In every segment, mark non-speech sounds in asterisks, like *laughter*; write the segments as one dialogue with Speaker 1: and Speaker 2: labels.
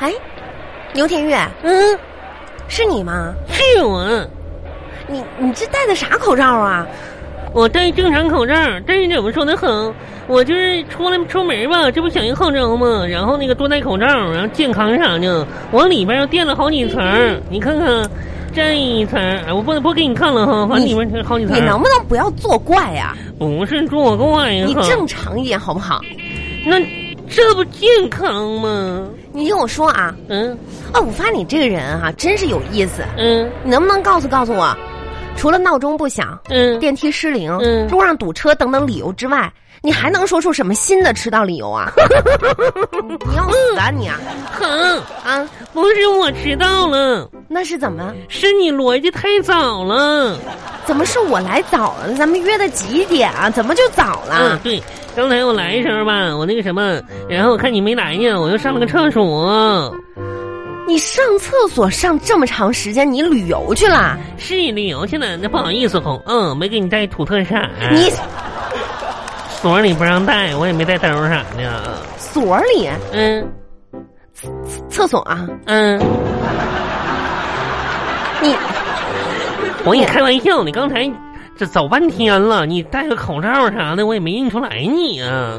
Speaker 1: 哎，牛田玉，
Speaker 2: 嗯，
Speaker 1: 是你吗？
Speaker 2: 是我，
Speaker 1: 你你这戴的啥口罩啊？
Speaker 2: 我戴正常口罩，但是怎么说呢，很，我就是出来出门吧，这不响应号召嘛，然后那个多戴口罩，然后健康啥的，往里边又垫了好几层，你看看，这一层，哎我不不给你看了哈，反正里面好几层
Speaker 1: 你，能不能不要作怪呀、
Speaker 2: 不是做怪呀，
Speaker 1: 你
Speaker 2: 哈
Speaker 1: 正常一点好不好？
Speaker 2: 那这不健康吗？
Speaker 1: 你听我说啊，
Speaker 2: 嗯
Speaker 1: 哦，我发现你这个人啊，真是有意思。
Speaker 2: 嗯
Speaker 1: 你能不能告诉告诉我，除了闹钟不响、
Speaker 2: 嗯，
Speaker 1: 电梯失灵、
Speaker 2: 嗯
Speaker 1: 路上堵车等等理由之外，你还能说出什么新的迟到理由
Speaker 2: *laughs*
Speaker 1: 啊？你你要死啊你啊！
Speaker 2: 哼，
Speaker 1: 啊，
Speaker 2: 不是我迟到了，
Speaker 1: 那是怎么？
Speaker 2: 是你逻辑太早了。
Speaker 1: 怎么是我来早了？咱们约的几点啊？怎么就早
Speaker 2: 嗯
Speaker 1: 了，？
Speaker 2: 对，刚才我来的时候吧，我那个什么，然后我看你没来呢，我又上了个厕所。
Speaker 1: 你上厕所上这么长时间，你旅游去了？
Speaker 2: 是旅游去了，那不好意思红，嗯，没给你带土特产。
Speaker 1: 你
Speaker 2: 所里不让带，我也没带兜啥的。
Speaker 1: 所里
Speaker 2: 嗯
Speaker 1: 厕所啊？
Speaker 2: 嗯，
Speaker 1: 你
Speaker 2: 我跟你开玩笑，你刚才这走半天了，你戴个口罩啥的，我也没认出来你啊。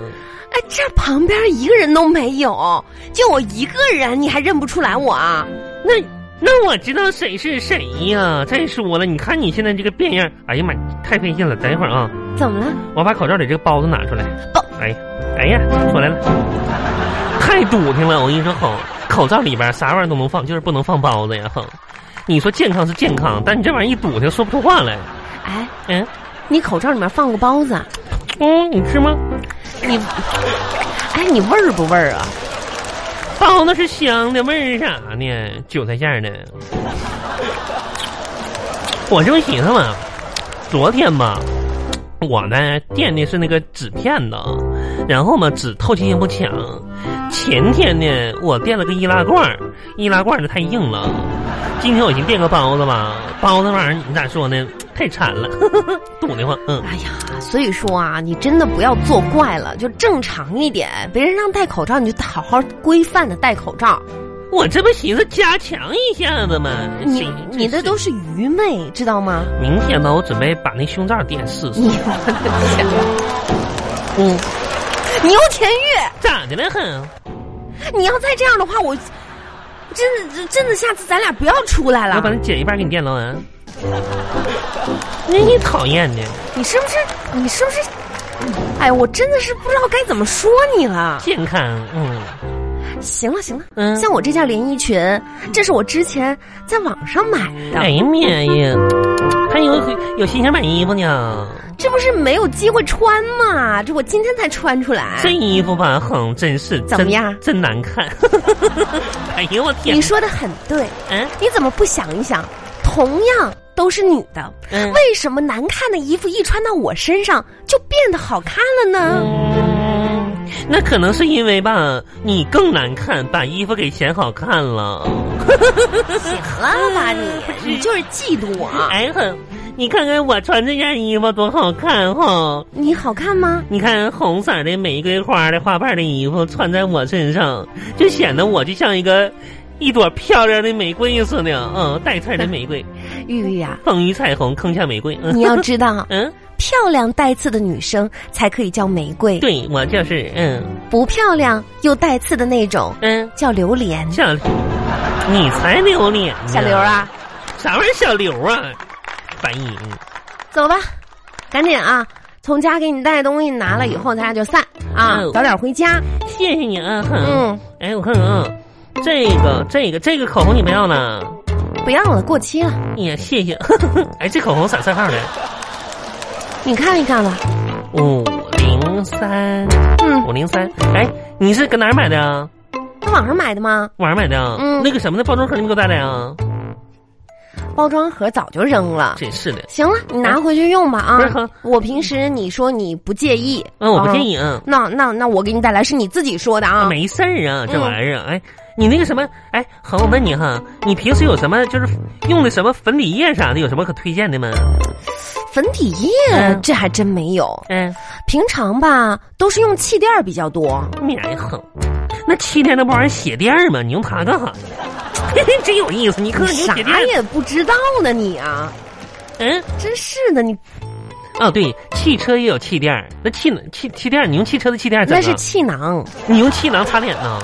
Speaker 1: 哎，这旁边一个人都没有，就我一个人，你还认不出来我啊？
Speaker 2: 那那我知道谁是谁呀、再说了，你看你现在这个变样，哎呀妈，太费劲了。等一会儿啊，
Speaker 1: 怎么了？
Speaker 2: 我把口罩里这个包子拿出来。
Speaker 1: 包
Speaker 2: 哎呀，哎呀，出来了，太堵挺了。我跟你说，吼，口罩里边啥玩意儿都能放，就是不能放包子呀。吼，你说健康是健康，但你这玩意儿一堵挺，说不出话来。
Speaker 1: 哎，
Speaker 2: 嗯
Speaker 1: 你口罩里面放过包子，
Speaker 2: 嗯，你吃吗？
Speaker 1: 你，哎，你味儿不味儿啊？
Speaker 2: 包子是香的，味儿啥呢？韭菜馅儿的。我这不寻思嘛，昨天吧，我呢垫的是那个纸片子，然后嘛纸透气性不强。前天呢，我垫了个易拉罐儿，易拉罐儿这太硬了。今天我寻思垫个包子吧，包子玩意儿你咋说呢？太馋了， *laughs* 堵得慌。嗯，
Speaker 1: 哎呀，所以说啊，你真的不要作怪了，就正常一点。别人让戴口罩，你就好好规范的戴口罩。
Speaker 2: 我这不寻思加强一下子嘛。
Speaker 1: 你
Speaker 2: 行
Speaker 1: 你的都是愚昧，知道吗？
Speaker 2: 明天吧，我准备把那胸罩垫试试。
Speaker 1: 你我的天呐，
Speaker 2: 嗯，
Speaker 1: 牛田玉，
Speaker 2: 咋的了哼？
Speaker 1: 你要再这样的话，我真的真的下次咱俩不要出来
Speaker 2: 我把
Speaker 1: 了。
Speaker 2: 它剪一半给你垫了啊！那你讨厌的，
Speaker 1: 你是不是你是不是？哎，我真的是不知道该怎么说你了。
Speaker 2: 健康，嗯
Speaker 1: 行了行了，
Speaker 2: 嗯。
Speaker 1: 像我这件连衣裙，这是我之前在网上买的。
Speaker 2: 哎呀妈呀，还有有心情买衣服呢。
Speaker 1: 这不是没有机会穿吗？这我今天才穿出来。
Speaker 2: 这衣服吧，哼，真是
Speaker 1: 哎怎么样
Speaker 2: 真真难看。 *laughs* 哎呦我天
Speaker 1: 你！说的很对，
Speaker 2: 嗯
Speaker 1: 你怎么不想一想？同样都是女的，
Speaker 2: 嗯
Speaker 1: 为什么难看的衣服一穿到我身上就变得好看了呢？
Speaker 2: 嗯，那可能是因为吧，你更难看，把衣服给显好看了。
Speaker 1: 行了吧你，你就是嫉妒我。
Speaker 2: 哎哼，你看看我穿这件衣服多好看哈、
Speaker 1: 你好看吗？
Speaker 2: 你看红色的玫瑰花的花瓣的衣服穿在我身上，就显得我就像一个一朵漂亮的玫瑰似的，嗯，带刺儿的玫
Speaker 1: *laughs*
Speaker 2: 瑰，
Speaker 1: 玉玉啊，
Speaker 2: 风雨彩虹，铿锵玫瑰。嗯，
Speaker 1: 你要知道
Speaker 2: *laughs* 嗯，
Speaker 1: 漂亮带刺的女生才可以叫玫瑰，
Speaker 2: 对我就是，嗯
Speaker 1: 不漂亮又带刺的那种
Speaker 2: 嗯，
Speaker 1: 叫榴莲。
Speaker 2: 小，你才榴莲，
Speaker 1: 小刘，啊，
Speaker 2: 啥玩意儿小刘啊？翻译，嗯
Speaker 1: 走吧，赶紧啊，从家给你带东西拿了以后，咱俩就散啊
Speaker 2: 嗯，
Speaker 1: 早点回家。
Speaker 2: 谢谢你啊，哼，
Speaker 1: 嗯，
Speaker 2: 哎，我看看啊，这个这个这个口红你不要了，
Speaker 1: 不要了，过期了，
Speaker 2: 哎呀，谢 *laughs* 谢，哎，这口红啥色号的？
Speaker 1: 你看一看吧。
Speaker 2: 五零三。
Speaker 1: 嗯，
Speaker 2: 五零三。哎，你是搁哪儿买的啊？
Speaker 1: 在网上买的吗？
Speaker 2: 网上买的啊？
Speaker 1: 嗯
Speaker 2: 那个什么的包装盒你没给我带来啊？
Speaker 1: 包装盒早就扔了。
Speaker 2: 真是的，
Speaker 1: 行了，你拿回去用吧啊
Speaker 2: 不是呵！
Speaker 1: 我平时你说你不介意，
Speaker 2: 嗯，我不介
Speaker 1: 啊。
Speaker 2: 意啊。
Speaker 1: 那那那我给你带来是你自己说的啊。
Speaker 2: 没事儿啊，这玩意儿啊，哎，你那个什么，哎，恒，我问你哈，你平时有什么就是用的什么粉底液啥的，有什么可推荐的吗？
Speaker 1: 粉底液、
Speaker 2: 嗯
Speaker 1: 这还真没有，
Speaker 2: 嗯，
Speaker 1: 平常吧都是用气垫儿比较多。
Speaker 2: 哎呀恒，那七天那不玩意儿血垫儿吗？你用它干啥？ *laughs* 真有意思，你看
Speaker 1: 你
Speaker 2: 你用
Speaker 1: 啥
Speaker 2: 血垫儿，
Speaker 1: 也不知道呢，你啊，
Speaker 2: 嗯，
Speaker 1: 真是的，你
Speaker 2: 哦对，汽车也有气垫儿，那气气气垫儿，你用汽车的气垫儿怎
Speaker 1: 那
Speaker 2: 么？
Speaker 1: 是气囊、
Speaker 2: 你用气囊擦脸呢？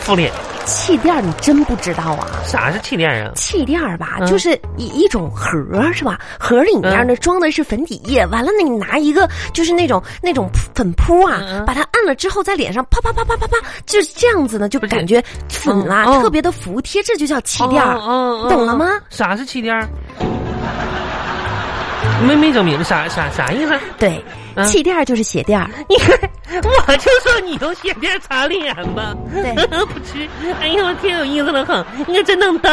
Speaker 2: 敷脸，
Speaker 1: 气垫儿，你真不知道啊。
Speaker 2: 啥是气垫儿啊？
Speaker 1: 气垫儿吧，
Speaker 2: 嗯
Speaker 1: 就是一一种盒儿是吧？盒儿里面呢装的是粉底液，完了呢，你拿一个就是那种那种粉扑啊
Speaker 2: 嗯，嗯
Speaker 1: 把它按了之后，在脸上啪啪啪啪啪啪，就是这样子呢，就
Speaker 2: 不是
Speaker 1: 感觉粉啦、
Speaker 2: 嗯嗯
Speaker 1: 特别的服帖，这就叫气垫儿。
Speaker 2: 哦
Speaker 1: 懂了吗？
Speaker 2: 啥是气垫儿？没没整明白，啥啥啥意思？ *laughs*
Speaker 1: 对，
Speaker 2: 嗯
Speaker 1: 气垫儿就是鞋垫儿。
Speaker 2: 你看，我就说你用鞋垫擦脸吧，
Speaker 1: 对
Speaker 2: *laughs* 不吃。哎呦，挺有意思的很，你可真能逗。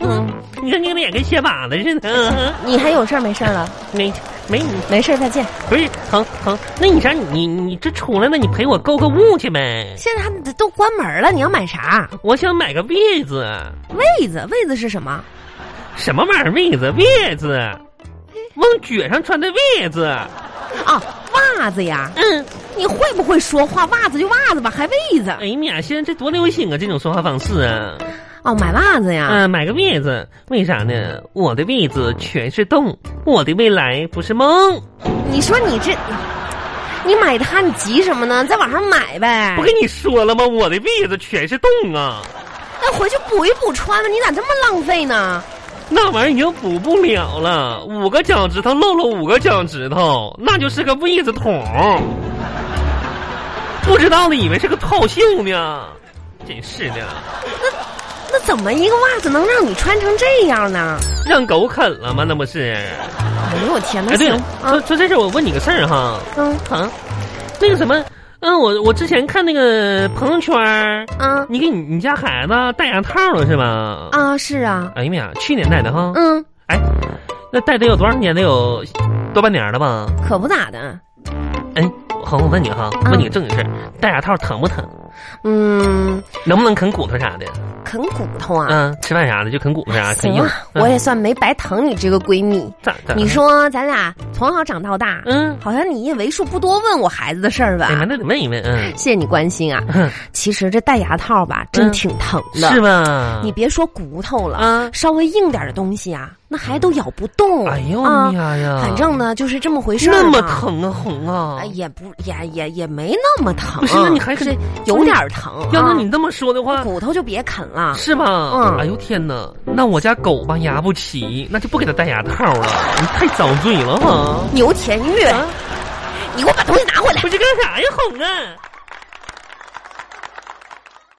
Speaker 1: 嗯，
Speaker 2: 你看你脸跟鞋粑子似的。 *laughs*
Speaker 1: 你还有事儿没事儿了？
Speaker 2: 没没，
Speaker 1: 没事儿再见。
Speaker 2: 不是恒恒，那你啥？你你这出来了，你陪我购个物去呗。
Speaker 1: 现在他们都关门了，你要买啥？
Speaker 2: 我想买个被子，
Speaker 1: 位子，位子是什么？
Speaker 2: 什么玩意儿？被子，被子，往撅上穿的被子。
Speaker 1: 啊，袜子呀。
Speaker 2: 嗯，
Speaker 1: 你会不会说话？袜子就袜子吧，还位子
Speaker 2: 哎呀妈呀，现在这多流行啊，这种说话方式啊。
Speaker 1: 哦，买袜子呀。
Speaker 2: 嗯、买个被子，为啥呢？我的被子全是洞，我的未来不是梦。
Speaker 1: 你说你这，你买它你急什么呢？在网上买呗
Speaker 2: 不，跟你说了吗？我的被子全是洞啊，
Speaker 1: 那回去补一补穿吧。你咋这么浪费呢？
Speaker 2: 那玩意儿已经补不了了，五个脚趾头露了五个脚趾头，那就是个被子桶。不知道的以为是个套袖呢，真是的，
Speaker 1: 那怎么一个袜子能让你穿成这样呢？
Speaker 2: 让狗啃了吗？那不是？
Speaker 1: 哎呦我天哪！
Speaker 2: 哎，对
Speaker 1: 行
Speaker 2: 了，
Speaker 1: 啊
Speaker 2: 说，说这事儿，我问你个事儿哈。
Speaker 1: 嗯
Speaker 2: 啊，那个什么，嗯，我我之前看那个朋友圈儿，
Speaker 1: 啊
Speaker 2: 你给你你家孩子戴牙套了是吧？
Speaker 1: 啊，是啊，
Speaker 2: 哎呀妈呀，去年戴的哈，
Speaker 1: 嗯，
Speaker 2: 那戴得有多少年？得有多半年了吧？
Speaker 1: 可不咋的，
Speaker 2: 哎，好，我问你哈，问你个正经事儿，戴牙套疼不疼？
Speaker 1: 嗯，
Speaker 2: 能不能啃骨头啥的？
Speaker 1: 啃骨头啊。
Speaker 2: 嗯，吃饭啥的就啃骨头啥，啃
Speaker 1: 行
Speaker 2: 硬
Speaker 1: 啊。，
Speaker 2: 嗯
Speaker 1: 我也算没白疼你这个闺蜜。
Speaker 2: 咋咋？
Speaker 1: 你说咱俩从小长到大，
Speaker 2: 嗯，
Speaker 1: 好像你也为数不多问我孩子的事儿吧
Speaker 2: 哎？妈，那得问一问，嗯，
Speaker 1: 谢谢你关心啊。其实这戴牙套吧，真挺疼的。
Speaker 2: 是吧？
Speaker 1: 你别说骨头了，
Speaker 2: 啊，
Speaker 1: 稍微硬点的东西啊，那还都咬不动。
Speaker 2: 哎呦
Speaker 1: 啊
Speaker 2: 妈呀，
Speaker 1: 反正呢就是这么回事儿。
Speaker 2: 那么。疼啊，红啊
Speaker 1: 哎，，也不也也也没那么疼，嗯
Speaker 2: 不是那你还
Speaker 1: 是
Speaker 2: 是
Speaker 1: 有点儿疼啊。
Speaker 2: 要是你这么说的话，
Speaker 1: 骨头就别啃了，
Speaker 2: 是吧？
Speaker 1: 嗯
Speaker 2: 哎呦天哪，那我家狗吧牙不齐，那就不给它戴牙套了。你太遭罪了哈！
Speaker 1: 牛田玉，
Speaker 2: 啊，
Speaker 1: 你给我把东西拿回来。
Speaker 2: 我这干啥呀，红啊？